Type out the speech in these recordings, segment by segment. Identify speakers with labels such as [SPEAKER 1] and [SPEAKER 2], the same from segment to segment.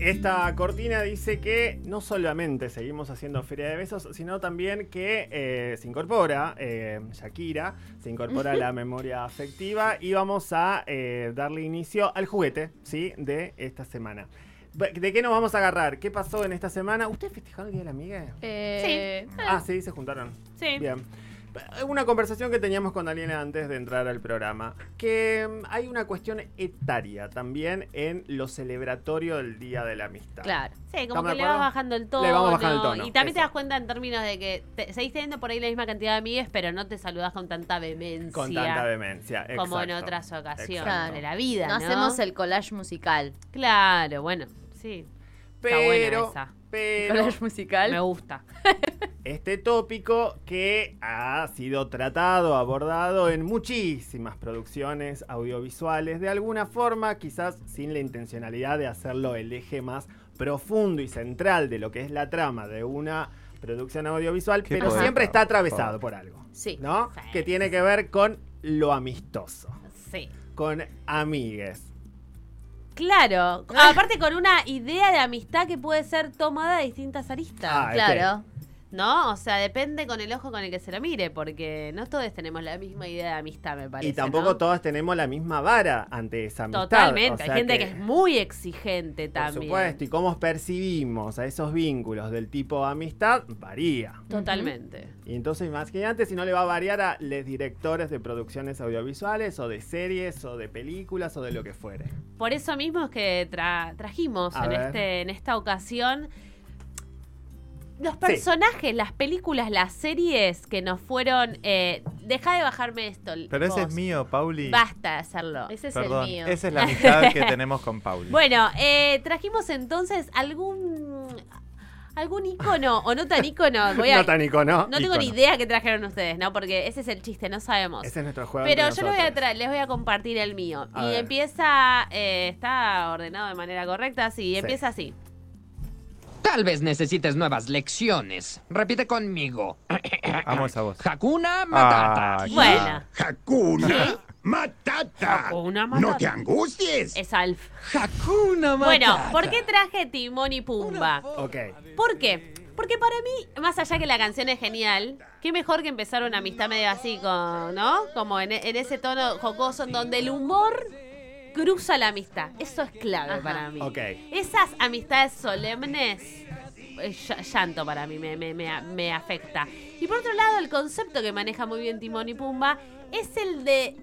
[SPEAKER 1] Esta cortina dice que no solamente seguimos haciendo Feria de Besos, sino también que eh, se incorpora eh, Shakira, se incorpora la memoria afectiva y vamos a eh, darle inicio al juguete ¿sí? de esta semana. Ba- ¿De qué nos vamos a agarrar? ¿Qué pasó en esta semana? ¿Ustedes festejaron el Día de la Amiga?
[SPEAKER 2] Eh,
[SPEAKER 1] Ah, sí, se juntaron.
[SPEAKER 2] sí.
[SPEAKER 1] Bien. Una conversación que teníamos con Aliena antes de entrar al programa, que mm, hay una cuestión etaria también en lo celebratorio del Día de la Amistad.
[SPEAKER 3] Claro.
[SPEAKER 2] Sí, como
[SPEAKER 1] ¿Estamos de
[SPEAKER 2] que le
[SPEAKER 1] acuerdo?
[SPEAKER 2] vas bajando el tono.
[SPEAKER 1] Le vamos bajando el tono,
[SPEAKER 2] Y también te
[SPEAKER 1] eso.
[SPEAKER 2] das cuenta en términos de que te, seguís teniendo por ahí la misma cantidad de amigues, pero no te saludás con tanta vehemencia.
[SPEAKER 1] Con tanta vehemencia.
[SPEAKER 2] ah, como en
[SPEAKER 1] exacto.
[SPEAKER 2] otras ocasiones
[SPEAKER 1] Exacto.
[SPEAKER 2] de la vida.
[SPEAKER 3] No
[SPEAKER 2] No,
[SPEAKER 3] hacemos el collage musical.
[SPEAKER 2] Claro, bueno, sí.
[SPEAKER 1] Pero,
[SPEAKER 2] Está buena esa.
[SPEAKER 1] pero
[SPEAKER 3] collage musical.
[SPEAKER 2] Me gusta.
[SPEAKER 1] este tópico que ha sido tratado, abordado en muchísimas producciones audiovisuales, de alguna forma, quizás sin la intencionalidad de hacerlo el eje más profundo y central de lo que es la trama de una producción audiovisual,
[SPEAKER 4] Qué
[SPEAKER 1] pero
[SPEAKER 4] poeta,
[SPEAKER 1] siempre está
[SPEAKER 4] por favor.
[SPEAKER 1] atravesado por algo,
[SPEAKER 3] Sí.
[SPEAKER 1] ¿no?
[SPEAKER 2] Sí.
[SPEAKER 1] Que tiene que ver con lo amistoso,
[SPEAKER 2] Sí.
[SPEAKER 1] con amigues.
[SPEAKER 2] Claro. Ah, Aparte con una idea de amistad que puede ser tomada de distintas aristas.
[SPEAKER 1] Ah,
[SPEAKER 3] Claro.
[SPEAKER 2] ¿No? O sea, depende con el ojo con el que se lo mire, porque no todos tenemos la misma idea de amistad, me parece.
[SPEAKER 1] y tampoco
[SPEAKER 2] ¿no?
[SPEAKER 1] todas tenemos la misma vara ante esa amistad. o
[SPEAKER 2] Totalmente.
[SPEAKER 1] sea
[SPEAKER 2] Hay gente que... es muy exigente también.
[SPEAKER 1] Por supuesto, y cómo percibimos a esos vínculos del tipo amistad varía.
[SPEAKER 2] Totalmente.
[SPEAKER 1] Y entonces imagínate si no le va a variar a los directores de producciones audiovisuales o de series o de películas o de lo que fuere.
[SPEAKER 2] Por eso mismo es que tra- trajimos
[SPEAKER 1] A
[SPEAKER 2] en,
[SPEAKER 1] ver.
[SPEAKER 2] este, en esta ocasión los personajes, las películas, las series que nos fueron... Eh, deja de bajarme esto. l-
[SPEAKER 4] Pero ese
[SPEAKER 2] vos.
[SPEAKER 4] es mío, Pauli.
[SPEAKER 2] Basta de hacerlo.
[SPEAKER 3] Ese es
[SPEAKER 4] Perdón,
[SPEAKER 3] el mío.
[SPEAKER 4] esa es la amistad que tenemos con Pauli.
[SPEAKER 2] Bueno, eh, trajimos entonces algún... Algún ícono o no tan ícono. Voy a-
[SPEAKER 1] no tan icono.
[SPEAKER 2] no tengo ni
[SPEAKER 1] icono.
[SPEAKER 2] idea que trajeron ustedes, ¿no? Porque ese es el chiste, no sabemos.
[SPEAKER 1] Ese es nuestro juego.
[SPEAKER 2] Pero
[SPEAKER 1] entre
[SPEAKER 2] yo les voy, a
[SPEAKER 1] nosotros.
[SPEAKER 2] tra- les voy a compartir el mío.
[SPEAKER 1] A
[SPEAKER 2] y
[SPEAKER 1] ver.
[SPEAKER 2] empieza, eh, está ordenado de manera correcta, sí, empieza así.
[SPEAKER 5] Tal vez necesites nuevas lecciones. Repite conmigo.
[SPEAKER 4] Amo esa voz.
[SPEAKER 5] Hakuna Matata.
[SPEAKER 4] Ah,
[SPEAKER 2] Bueno. Buena.
[SPEAKER 6] Hakuna Matata.
[SPEAKER 2] Hakuna
[SPEAKER 6] No te
[SPEAKER 2] Matata.
[SPEAKER 6] angusties.
[SPEAKER 2] Es Alf.
[SPEAKER 5] Hakuna
[SPEAKER 2] Bueno,
[SPEAKER 5] Matata.
[SPEAKER 2] ¿por qué traje Timón y Pumba?
[SPEAKER 1] Ok.
[SPEAKER 2] ¿Por qué? Porque para mí, más allá que la canción es genial, qué mejor que empezar una amistad medio así, con, ¿no? Como en, e- en ese tono jocoso en donde el humor cruza la amistad. Eso es clave
[SPEAKER 3] Ajá.
[SPEAKER 2] para mí.
[SPEAKER 1] Ok.
[SPEAKER 2] Esas amistades solemnes, eh, ll- llanto para mí, me, me- me a- me afecta. Y por otro lado, el concepto que maneja muy bien Timón y Pumba es el de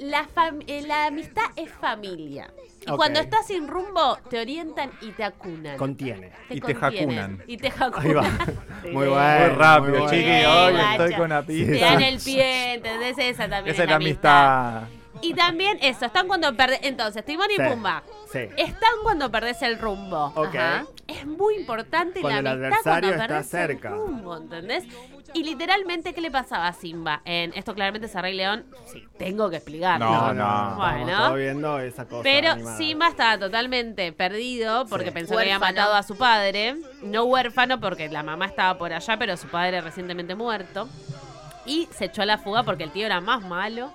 [SPEAKER 2] la, fam- eh, la amistad es familia. Y
[SPEAKER 1] Ok.
[SPEAKER 2] cuando estás sin rumbo, te orientan y te acunan.
[SPEAKER 1] Contiene.
[SPEAKER 4] Y te
[SPEAKER 2] contienen,
[SPEAKER 4] jacunan.
[SPEAKER 2] Y te
[SPEAKER 1] Ahí va.
[SPEAKER 2] jacunan.
[SPEAKER 1] muy bueno.
[SPEAKER 4] Muy rápido,
[SPEAKER 1] muy bueno.
[SPEAKER 4] chiqui.
[SPEAKER 2] Eh,
[SPEAKER 4] Hoy
[SPEAKER 2] guacha.
[SPEAKER 4] estoy con la
[SPEAKER 2] Te dan
[SPEAKER 4] pizza.
[SPEAKER 2] el pie, ¿entendés? Esa también
[SPEAKER 4] Esa es la amistad.
[SPEAKER 2] Y también eso, están cuando perdés. Entonces, Timón y
[SPEAKER 1] Sí,
[SPEAKER 2] Pumba.
[SPEAKER 1] Sí.
[SPEAKER 2] Están cuando perdés el rumbo.
[SPEAKER 1] Ok.
[SPEAKER 3] Ajá.
[SPEAKER 2] Es muy importante
[SPEAKER 1] Cuando el
[SPEAKER 2] la amistad
[SPEAKER 1] adversario
[SPEAKER 2] cuando
[SPEAKER 1] está
[SPEAKER 2] perdés el
[SPEAKER 1] cerca.
[SPEAKER 2] rumbo, ¿entendés? Y literalmente, ¿qué le pasaba a Simba? En esto claramente Sarrey León, sí, tengo que expligarlo.
[SPEAKER 4] No, no.
[SPEAKER 1] Estamos
[SPEAKER 2] Bueno.
[SPEAKER 1] todos viendo esa cosa.
[SPEAKER 2] Pero
[SPEAKER 1] animada.
[SPEAKER 2] Simba estaba totalmente perdido porque
[SPEAKER 1] Sí.
[SPEAKER 2] pensó que había
[SPEAKER 3] Huérfano.
[SPEAKER 2] matado a su padre. No huérfano porque la mamá estaba por allá, pero su padre recientemente muerto. Y se echó a la fuga porque el tío era más malo.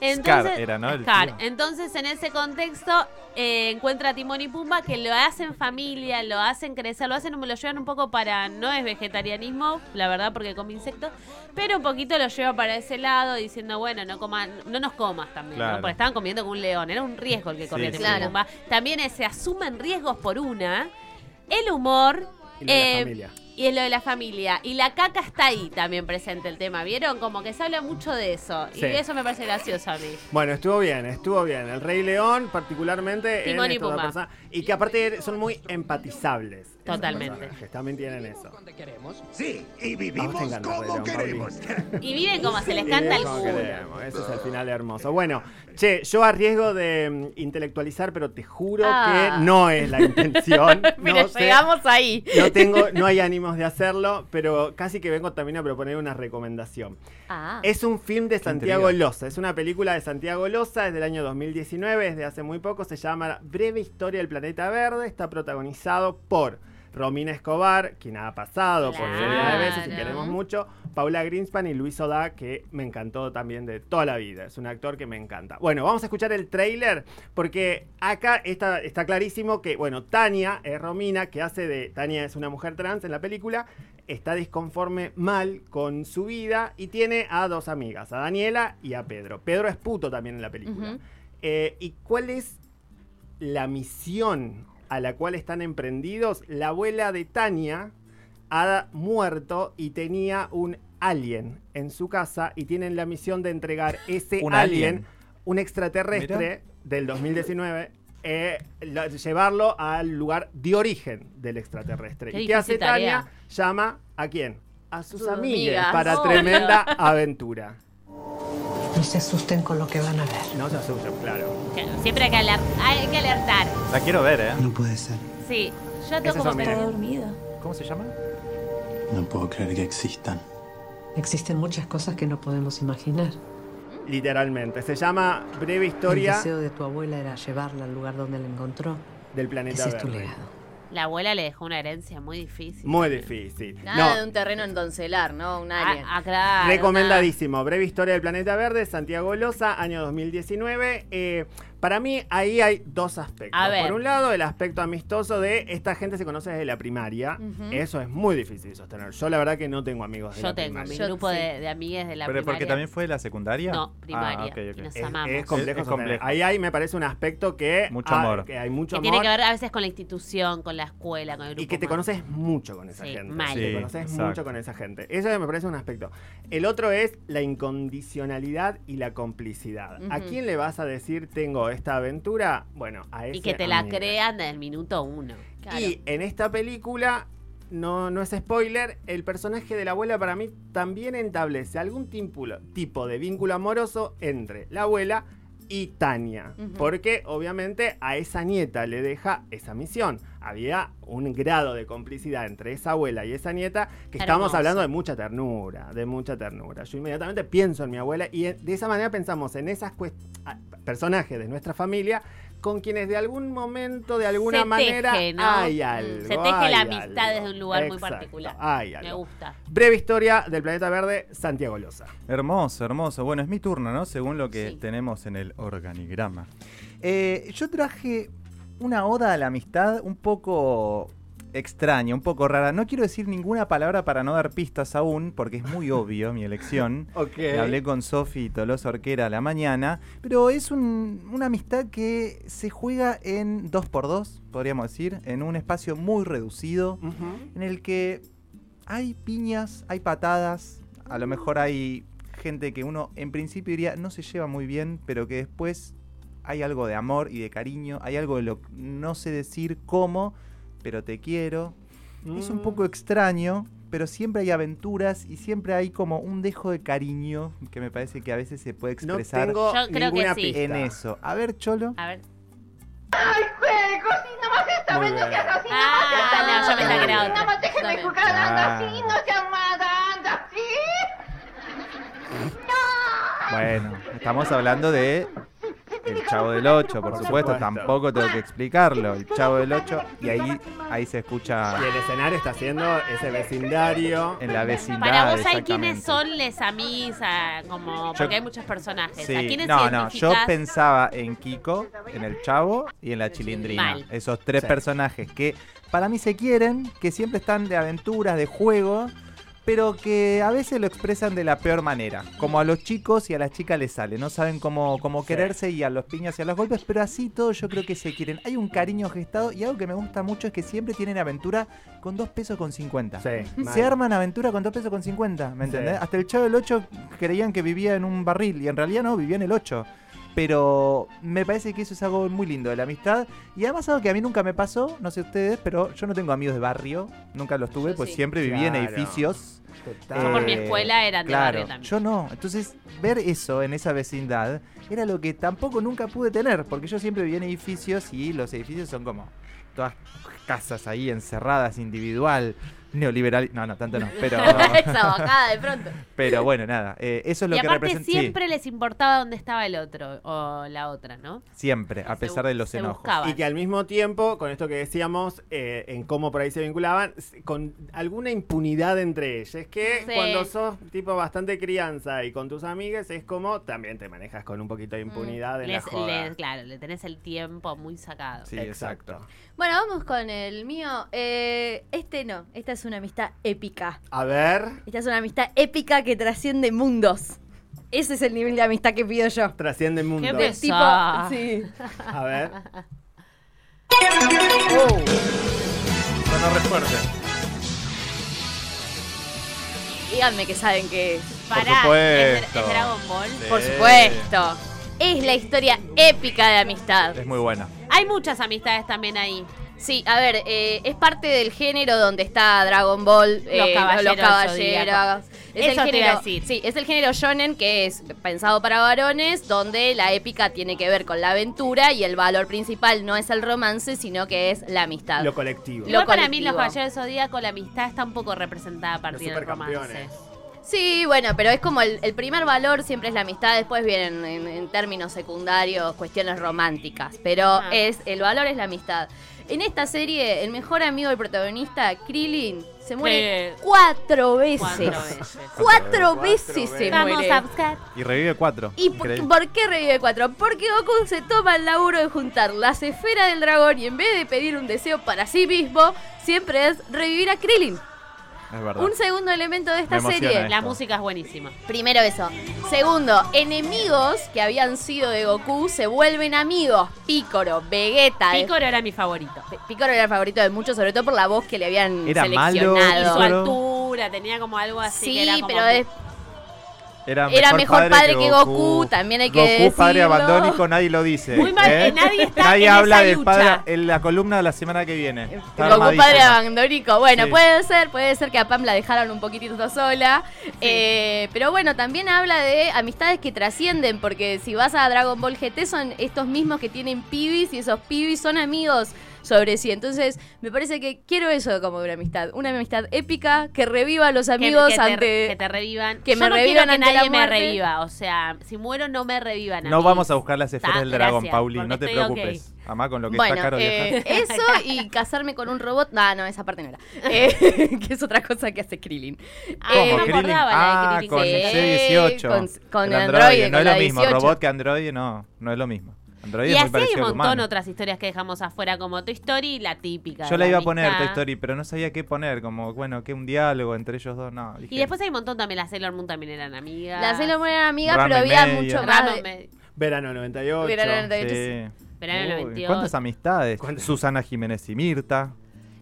[SPEAKER 2] Entonces,
[SPEAKER 4] Scar era, ¿no? El
[SPEAKER 2] Scar.
[SPEAKER 4] tío.
[SPEAKER 2] Entonces, en ese contexto, eh, encuentra a Timón y Pumba que lo hacen familia, lo hacen crecer, lo hacen, lo llevan un poco para. No es vegetarianismo, la verdad, porque come insectos, pero un poquito lo lleva para ese lado, diciendo, bueno, no coman, no nos comas también, ¿no?
[SPEAKER 4] Claro.
[SPEAKER 2] Porque estaban comiendo con un león, era un riesgo el que
[SPEAKER 4] Sí,
[SPEAKER 2] corría Timón
[SPEAKER 3] claro.
[SPEAKER 2] y Pumba. También eh, se asumen riesgos por una, el humor.
[SPEAKER 1] Y lo de la
[SPEAKER 2] eh,
[SPEAKER 1] familia.
[SPEAKER 2] y es lo de la familia. Y la caca está ahí también presente el tema, ¿vieron? Como que se habla mucho de eso.
[SPEAKER 1] Sí.
[SPEAKER 2] Y eso me parece gracioso a mí.
[SPEAKER 1] Bueno, estuvo bien, estuvo bien. El Rey León, particularmente. en
[SPEAKER 2] Timón y
[SPEAKER 1] estos dos
[SPEAKER 2] Pumba.
[SPEAKER 1] personajes. Y que aparte son muy empatizables. esos
[SPEAKER 2] Totalmente.
[SPEAKER 1] personajes, También tienen eso.
[SPEAKER 6] Sí, y
[SPEAKER 1] A vos
[SPEAKER 6] vivimos
[SPEAKER 1] te encanta el
[SPEAKER 6] como
[SPEAKER 1] Rey León,
[SPEAKER 6] queremos.
[SPEAKER 2] Y viven como se les canta
[SPEAKER 1] Y
[SPEAKER 2] el
[SPEAKER 1] eso
[SPEAKER 2] culo.
[SPEAKER 1] queremos, Ese es el final hermoso. Bueno, che, yo arriesgo de mm, intelectualizar, pero te juro
[SPEAKER 3] Ah.
[SPEAKER 1] que no es la intención.
[SPEAKER 3] Pero
[SPEAKER 1] no sé,
[SPEAKER 3] llegamos ahí.
[SPEAKER 1] No tengo, no hay ánimos de hacerlo, pero casi que vengo también a proponer una recomendación.
[SPEAKER 3] Ah.
[SPEAKER 1] Es un film de Santiago
[SPEAKER 4] intriga.
[SPEAKER 1] Loza, es una película de Santiago Loza, es del año 2019, es de hace muy poco, se llama Breve Historia del Planeta Verde, está protagonizado por Romina Escobar, quien ha pasado por Feria de veces y
[SPEAKER 2] Claro.
[SPEAKER 1] queremos mucho, Paula Greenspan y Luis Oda, que me encantó también de toda la vida. Es un actor que me encanta. Bueno, vamos a escuchar el tráiler porque acá está, está clarísimo que, bueno, Tania es Romina, que hace de... Tania es una mujer trans en la película, está disconforme mal con su vida y tiene a dos amigas, a Daniela y a Pedro. Pedro es puto también en la película.
[SPEAKER 3] Ujú.
[SPEAKER 1] Eh, ¿Y cuál es la misión a la cual están emprendidos? La abuela de Tania ha muerto y tenía un alien en su casa y tienen la misión de entregar ese
[SPEAKER 4] Un
[SPEAKER 1] alien,
[SPEAKER 4] alien.
[SPEAKER 1] un extraterrestre del 2019. eh, la- llevarlo al lugar de origen del extraterrestre.
[SPEAKER 2] Qué
[SPEAKER 1] ¿Y qué hace
[SPEAKER 2] difícil tarea.
[SPEAKER 1] Tania? Llama a quién? A sus,
[SPEAKER 3] Sus
[SPEAKER 1] amigas
[SPEAKER 3] amigas.
[SPEAKER 1] para
[SPEAKER 2] Obvio.
[SPEAKER 1] tremenda aventura.
[SPEAKER 7] No se asusten con lo que van a ver.
[SPEAKER 1] No se asusten, claro.
[SPEAKER 2] Claro, Siempre hay que, aler- hay que alertar.
[SPEAKER 4] La quiero ver, ¿eh?
[SPEAKER 8] No puede ser.
[SPEAKER 2] Sí, yo
[SPEAKER 1] Esa es
[SPEAKER 2] tengo como
[SPEAKER 1] Romina.
[SPEAKER 2] terror.
[SPEAKER 4] ¿Cómo se llama?
[SPEAKER 8] No puedo creer que existan.
[SPEAKER 7] Existen muchas cosas que no podemos imaginar.
[SPEAKER 1] Literalmente. Se llama Breve Historia
[SPEAKER 7] El deseo de tu abuela era llevarla al lugar donde la encontró.
[SPEAKER 1] del Planeta
[SPEAKER 7] Ese es tu
[SPEAKER 1] Verde.
[SPEAKER 7] legado.
[SPEAKER 2] La abuela le dejó una herencia muy difícil.
[SPEAKER 1] Muy difícil.
[SPEAKER 3] Nada de
[SPEAKER 1] no,
[SPEAKER 3] un terreno en doncelar, ¿no? Un alien.
[SPEAKER 2] Ah, ah, claro,
[SPEAKER 1] recomendadísimo. Breve Historia del Planeta Verde, Santiago Loza, año 2019. Eh, para mí, ahí hay dos aspectos.
[SPEAKER 2] A ver.
[SPEAKER 1] Por un lado, el aspecto amistoso de esta gente se conoce desde la primaria. Eso es muy difícil de sostener. Yo, la verdad, que no tengo amigos de
[SPEAKER 2] Yo
[SPEAKER 1] la
[SPEAKER 2] tengo mi
[SPEAKER 1] primaria.
[SPEAKER 3] Yo
[SPEAKER 2] grupo
[SPEAKER 3] sí.
[SPEAKER 2] de, de amigues de la
[SPEAKER 4] ¿Pero porque
[SPEAKER 2] primaria.
[SPEAKER 4] también fue de la secundaria?
[SPEAKER 2] No, primaria,
[SPEAKER 4] Ah, ok, ok.
[SPEAKER 2] y nos
[SPEAKER 1] Es,
[SPEAKER 2] amamos.
[SPEAKER 1] es complejo,
[SPEAKER 4] Es- es complejo.
[SPEAKER 1] sostener. Ahí hay, me parece, un aspecto que,
[SPEAKER 4] Mucho
[SPEAKER 1] ah,
[SPEAKER 4] amor.
[SPEAKER 1] que hay mucho
[SPEAKER 2] que
[SPEAKER 1] amor.
[SPEAKER 2] tiene que ver a veces con la institución, con la escuela, con el grupo.
[SPEAKER 1] Y que te
[SPEAKER 2] humano.
[SPEAKER 1] conoces mucho con esa
[SPEAKER 2] Sí,
[SPEAKER 1] gente.
[SPEAKER 2] mal.
[SPEAKER 1] te
[SPEAKER 4] Sí,
[SPEAKER 1] conoces
[SPEAKER 4] exacto.
[SPEAKER 1] mucho con esa gente. Eso me parece un aspecto. El otro es la incondicionalidad y la complicidad. ¿A
[SPEAKER 3] Ujú.
[SPEAKER 1] quién le vas a decir tengo esta aventura? Bueno, a ese
[SPEAKER 2] Y que te la
[SPEAKER 1] amigo.
[SPEAKER 2] crean desde el minuto uno.
[SPEAKER 3] Claro.
[SPEAKER 1] Y en esta película, no, no es spoiler, el personaje de la abuela para mí también establece algún tímpulo- tipo de vínculo amoroso entre la abuela y Tania.
[SPEAKER 3] Ujú.
[SPEAKER 1] Porque obviamente a esa nieta le deja esa misión. Había un grado de complicidad entre esa abuela y esa nieta que estamos
[SPEAKER 2] Hermoso.
[SPEAKER 1] hablando de mucha ternura, de mucha ternura. Yo inmediatamente pienso en mi abuela y en- de esa manera pensamos en esas cuest- a- personajes de nuestra familia con quienes de algún momento, de alguna
[SPEAKER 2] Se
[SPEAKER 1] manera,
[SPEAKER 2] teje, ¿no?
[SPEAKER 1] hay
[SPEAKER 2] Mm,
[SPEAKER 1] algo.
[SPEAKER 2] se teje la
[SPEAKER 1] hay
[SPEAKER 2] amistad
[SPEAKER 1] algo.
[SPEAKER 2] desde un lugar muy
[SPEAKER 1] Exacto,
[SPEAKER 2] particular.
[SPEAKER 1] Hay
[SPEAKER 2] Me
[SPEAKER 1] algo.
[SPEAKER 2] gusta.
[SPEAKER 1] Breve historia del planeta verde, Santiago Loza.
[SPEAKER 4] Hermoso, hermoso. Bueno, es mi turno, ¿no? Según lo que
[SPEAKER 2] Sí.
[SPEAKER 4] tenemos en el organigrama. Eh, yo traje una oda a la amistad un poco extraña, un poco rara. No quiero decir ninguna palabra para no dar pistas aún, porque es muy obvio mi elección.
[SPEAKER 1] Ok.
[SPEAKER 4] Hablé con Sofi Tolosa Orquera a la mañana, pero es un- una amistad que se juega en dos por dos, podríamos decir, en un espacio muy reducido, en el que hay piñas, hay patadas, a lo mejor hay gente que uno en principio diría no se lleva muy bien, pero que después hay algo de amor y de cariño, hay algo de lo no sé decir cómo, pero te quiero.
[SPEAKER 1] mm.
[SPEAKER 4] Es un poco extraño, pero siempre hay aventuras y siempre hay como un dejo de cariño que me parece que a veces se puede
[SPEAKER 1] No
[SPEAKER 4] expresar
[SPEAKER 1] tengo
[SPEAKER 2] Yo creo que
[SPEAKER 1] ninguna
[SPEAKER 2] sí.
[SPEAKER 1] pista.
[SPEAKER 4] en eso. A ver, Cholo.
[SPEAKER 2] A ver.
[SPEAKER 9] Così non mi sta
[SPEAKER 1] Muy bien.
[SPEAKER 9] venendo che assassina,
[SPEAKER 2] Ah, no, yo
[SPEAKER 3] Ah.
[SPEAKER 2] pensaba que era
[SPEAKER 9] no,
[SPEAKER 2] otra.
[SPEAKER 9] ma te che mi
[SPEAKER 3] Dame.
[SPEAKER 9] cucata,
[SPEAKER 4] Ah.
[SPEAKER 9] anda sì, non ti ammata, anda sì.
[SPEAKER 4] Bueno, estamos hablando de El Chavo del Ocho, por
[SPEAKER 1] Por
[SPEAKER 4] supuesto,
[SPEAKER 1] supuesto.
[SPEAKER 4] tampoco tengo que explicarlo. El Chavo del Ocho y ahí ahí se escucha
[SPEAKER 1] Y el escenario está haciendo ese vecindario.
[SPEAKER 4] en la vecindad.
[SPEAKER 2] Para vos hay
[SPEAKER 4] exactamente.
[SPEAKER 2] quiénes son les amis, ah, como porque hay muchos personajes. ¿A
[SPEAKER 4] Sí,
[SPEAKER 2] quiénes
[SPEAKER 4] no, no, yo
[SPEAKER 2] identificás?
[SPEAKER 4] pensaba en Kiko, en el Chavo y en la Chilindrina.
[SPEAKER 2] Mal.
[SPEAKER 4] Esos tres
[SPEAKER 1] Sí.
[SPEAKER 4] personajes que para mí se quieren, que siempre están de aventuras, de juego, pero que a veces lo expresan de la peor manera. Como a los chicos y a las chicas les sale, no saben cómo, cómo quererse y a los piñas y a los golpes, pero así todos yo creo que se quieren. Hay un cariño gestado y algo que me gusta mucho es que siempre tienen aventura con dos pesos con 50.
[SPEAKER 1] Sí, mal.
[SPEAKER 4] Se arman aventura con 2 pesos con 50, ¿me
[SPEAKER 1] Sí.
[SPEAKER 4] entendés? Hasta el chavo del 8 creían que vivía en un barril y en realidad no, vivía en el 8. Pero me parece que eso es algo muy lindo de la amistad. Y además algo que a mí nunca me pasó, no sé ustedes, pero yo no tengo amigos de barrio, nunca los tuve,
[SPEAKER 3] Yo
[SPEAKER 4] pues
[SPEAKER 3] sí.
[SPEAKER 4] siempre viví en
[SPEAKER 1] Claro.
[SPEAKER 4] edificios
[SPEAKER 2] Yo por mi escuela era de
[SPEAKER 4] eh, claro,
[SPEAKER 2] barrio también.
[SPEAKER 4] Yo no. Entonces, ver eso en esa vecindad era lo que tampoco nunca pude tener, porque yo siempre vivía en edificios y los edificios son como todas casas ahí encerradas, individual, neoliberal. No, no, tanto no. Pero,
[SPEAKER 3] Esa bocada de pronto.
[SPEAKER 4] pero bueno, nada. eh, eso es lo
[SPEAKER 2] y
[SPEAKER 4] que
[SPEAKER 2] aparte
[SPEAKER 4] representa. sí,
[SPEAKER 2] siempre les importaba dónde estaba el otro o la otra, ¿no?
[SPEAKER 4] siempre, a
[SPEAKER 2] Se
[SPEAKER 4] pesar
[SPEAKER 2] bu-
[SPEAKER 4] de los
[SPEAKER 2] se
[SPEAKER 4] enojos.
[SPEAKER 2] buscaban.
[SPEAKER 1] Y que al mismo tiempo, con esto que decíamos, eh, en cómo por ahí se vinculaban, s- con alguna impunidad entre ellas. Es que
[SPEAKER 2] Sí.
[SPEAKER 1] cuando sos tipo bastante crianza y con tus amigas, es como también te manejas con un poquito de
[SPEAKER 3] Mm.
[SPEAKER 1] impunidad en la
[SPEAKER 2] Les-
[SPEAKER 1] joda.
[SPEAKER 2] les- claro, le tenés el tiempo muy sacado.
[SPEAKER 4] Sí, exacto.
[SPEAKER 10] Bueno, vamos con el mío. Eh, este no, esta es una amistad épica.
[SPEAKER 1] A ver,
[SPEAKER 10] Esta es una amistad épica que trasciende mundos. Ese es el nivel de amistad que pido yo.
[SPEAKER 1] trasciende mundo.
[SPEAKER 2] Qué pes-
[SPEAKER 10] Tipo,
[SPEAKER 2] Sa-
[SPEAKER 10] sí.
[SPEAKER 1] A ver.
[SPEAKER 3] Díganme que saben que es.
[SPEAKER 2] Pará, es, dra- es
[SPEAKER 4] supuesto.
[SPEAKER 2] Dragon Ball.
[SPEAKER 3] Por supuesto. Es la historia épica de amistad.
[SPEAKER 4] Es muy buena.
[SPEAKER 2] Hay muchas amistades también ahí.
[SPEAKER 3] Sí, a ver, eh, es parte del género donde está Dragon Ball, eh, los
[SPEAKER 2] Caballeros
[SPEAKER 3] caballeros.
[SPEAKER 2] Zodíaco.
[SPEAKER 3] Es
[SPEAKER 2] Eso
[SPEAKER 3] el
[SPEAKER 2] te
[SPEAKER 3] género,
[SPEAKER 2] iba a decir.
[SPEAKER 3] Sí, es el género shonen que es pensado para varones, donde la épica tiene que ver con la aventura y el valor principal no es el romance, sino que es la amistad.
[SPEAKER 1] Lo colectivo.
[SPEAKER 3] Lo
[SPEAKER 2] Igual para mí
[SPEAKER 3] colectivo.
[SPEAKER 2] los caballeros del zodíaco la amistad está un poco representada a partir
[SPEAKER 1] Los
[SPEAKER 2] del romance.
[SPEAKER 1] supercampeones.
[SPEAKER 3] Sí, bueno, pero es como el, el primer valor siempre es la amistad, después vienen en, en términos secundarios cuestiones románticas, pero
[SPEAKER 2] Ah.
[SPEAKER 3] es el valor es la amistad. En esta serie, el mejor amigo del protagonista, Krillin, se muere
[SPEAKER 2] Sí.
[SPEAKER 3] cuatro veces.
[SPEAKER 2] Cuatro veces.
[SPEAKER 3] Cuatro
[SPEAKER 1] Cuatro
[SPEAKER 3] veces se
[SPEAKER 1] veces.
[SPEAKER 2] Vamos
[SPEAKER 3] muere.
[SPEAKER 2] a buscar.
[SPEAKER 4] Y revive cuatro.
[SPEAKER 3] ¿Y por,
[SPEAKER 4] Increíble.
[SPEAKER 3] por qué revive cuatro? Porque Goku se toma el laburo de juntar las esferas del dragón y en vez de pedir un deseo para sí mismo, siempre es revivir a Krillin.
[SPEAKER 4] Es verdad.
[SPEAKER 3] Un segundo elemento de esta
[SPEAKER 4] Me emociona
[SPEAKER 3] serie.
[SPEAKER 4] esto.
[SPEAKER 2] La música es buenísima.
[SPEAKER 3] Primero eso. Segundo, enemigos que habían sido de Goku se vuelven amigos. Picoro, Vegeta.
[SPEAKER 2] Picoro era mi favorito.
[SPEAKER 3] Picoro era el favorito de muchos, sobre todo por la voz que le habían
[SPEAKER 4] Era malo,
[SPEAKER 3] seleccionado.
[SPEAKER 2] Y su
[SPEAKER 4] Picoro.
[SPEAKER 2] altura, tenía como algo así
[SPEAKER 3] Sí,
[SPEAKER 2] que era como
[SPEAKER 3] pero
[SPEAKER 2] que-
[SPEAKER 3] es-
[SPEAKER 4] Era
[SPEAKER 3] Era mejor padre que Goku, también hay que
[SPEAKER 4] Goku, padre
[SPEAKER 3] decirlo.
[SPEAKER 4] abandónico, nadie lo dice. ¿eh?
[SPEAKER 2] Muy mal que nadie está
[SPEAKER 4] Nadie
[SPEAKER 2] en
[SPEAKER 4] habla
[SPEAKER 2] esa
[SPEAKER 4] de
[SPEAKER 2] lucha. Eh,
[SPEAKER 4] padre en la columna de la semana que viene. Está
[SPEAKER 3] Goku
[SPEAKER 4] armadísima.
[SPEAKER 3] padre abandónico. Bueno,
[SPEAKER 4] Sí.
[SPEAKER 3] puede ser, puede ser que a Pam la dejaron un poquitito sola. Eh, pero bueno, también habla de amistades que trascienden, porque si vas a Dragon Ball GT son estos mismos que tienen pibis y esos pibis son amigos sobre sí. Entonces, me parece que quiero eso como una amistad. Una amistad épica que reviva a los
[SPEAKER 2] que-
[SPEAKER 3] amigos
[SPEAKER 2] que te-
[SPEAKER 3] ante...
[SPEAKER 2] que te revivan.
[SPEAKER 3] que
[SPEAKER 2] Yo
[SPEAKER 3] me
[SPEAKER 2] no
[SPEAKER 3] revivan
[SPEAKER 2] quiero que
[SPEAKER 3] ante la
[SPEAKER 2] nadie me
[SPEAKER 3] muerte.
[SPEAKER 2] reviva. O sea, si muero no me revivan.
[SPEAKER 4] No
[SPEAKER 2] mí.
[SPEAKER 4] vamos a buscar las esferas
[SPEAKER 2] Ta,
[SPEAKER 4] del dragón,
[SPEAKER 2] gracias,
[SPEAKER 4] Pauli,
[SPEAKER 2] porque
[SPEAKER 4] no te
[SPEAKER 2] estoy ok.
[SPEAKER 4] preocupes. Amá, con lo que
[SPEAKER 3] bueno,
[SPEAKER 4] está caro
[SPEAKER 3] eh,
[SPEAKER 4] viajar.
[SPEAKER 3] eso y casarme con un robot. No, no, esa parte no era. Eh, que es otra cosa que hace Krillin. Eh,
[SPEAKER 2] Ah, no me
[SPEAKER 4] ¿Cómo, Krillin?
[SPEAKER 2] acordaba la de
[SPEAKER 4] Ah,
[SPEAKER 2] Krillin.
[SPEAKER 4] con
[SPEAKER 3] Sí,
[SPEAKER 4] el C18.
[SPEAKER 3] con- con
[SPEAKER 4] el
[SPEAKER 3] el
[SPEAKER 4] androide,
[SPEAKER 3] androide,
[SPEAKER 4] no
[SPEAKER 3] con
[SPEAKER 4] es lo
[SPEAKER 3] la
[SPEAKER 4] mismo.
[SPEAKER 3] 18.
[SPEAKER 4] Robot que androide, no, no es lo mismo. Androide
[SPEAKER 2] Y
[SPEAKER 4] es
[SPEAKER 2] así
[SPEAKER 4] muy
[SPEAKER 2] hay un
[SPEAKER 4] parecido al
[SPEAKER 2] montón
[SPEAKER 4] humano.
[SPEAKER 2] otras historias que dejamos afuera, como Toy Story y la típica.
[SPEAKER 4] Yo
[SPEAKER 2] de
[SPEAKER 4] la iba a
[SPEAKER 2] amistad.
[SPEAKER 4] poner, Toy Story, pero no sabía qué poner. Como, bueno, que un diálogo entre ellos dos, no. dije,
[SPEAKER 2] Y después hay un montón también. Las Sailor Moon también eran amigas.
[SPEAKER 3] La Sailor Moon era amiga,
[SPEAKER 4] Rama
[SPEAKER 3] pero
[SPEAKER 4] y
[SPEAKER 3] había
[SPEAKER 4] media.
[SPEAKER 3] mucho más.
[SPEAKER 2] Rama
[SPEAKER 3] de-
[SPEAKER 2] me-
[SPEAKER 1] Verano 98.
[SPEAKER 3] Verano 98.
[SPEAKER 4] sí.
[SPEAKER 2] Verano
[SPEAKER 4] Uy,
[SPEAKER 2] 98.
[SPEAKER 4] ¿Cuántas amistades?
[SPEAKER 1] ¿Cuántas?
[SPEAKER 4] Susana Jiménez y Mirta.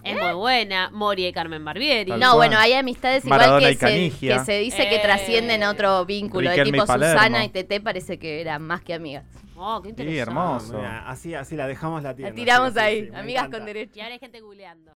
[SPEAKER 2] Es muy buena. Mori y Carmen Barbieri.
[SPEAKER 4] Tal
[SPEAKER 3] No,
[SPEAKER 4] cual.
[SPEAKER 3] bueno, hay amistades
[SPEAKER 4] Maradona y
[SPEAKER 3] igual que se,
[SPEAKER 4] Canigia.
[SPEAKER 3] que se dice que
[SPEAKER 2] Eh.
[SPEAKER 3] trascienden a otro vínculo. de
[SPEAKER 4] Riquelme y
[SPEAKER 3] tipo
[SPEAKER 4] Palermo.
[SPEAKER 3] Susana y Tete parece que eran más que amigas.
[SPEAKER 2] Oh, qué
[SPEAKER 4] Sí,
[SPEAKER 2] interesante.
[SPEAKER 1] Ah,
[SPEAKER 4] hermoso.
[SPEAKER 1] mira, así, así la dejamos la
[SPEAKER 3] La tiramos ahí, amigas con
[SPEAKER 1] derecho
[SPEAKER 3] derecho.
[SPEAKER 2] Y ahora hay gente googleando.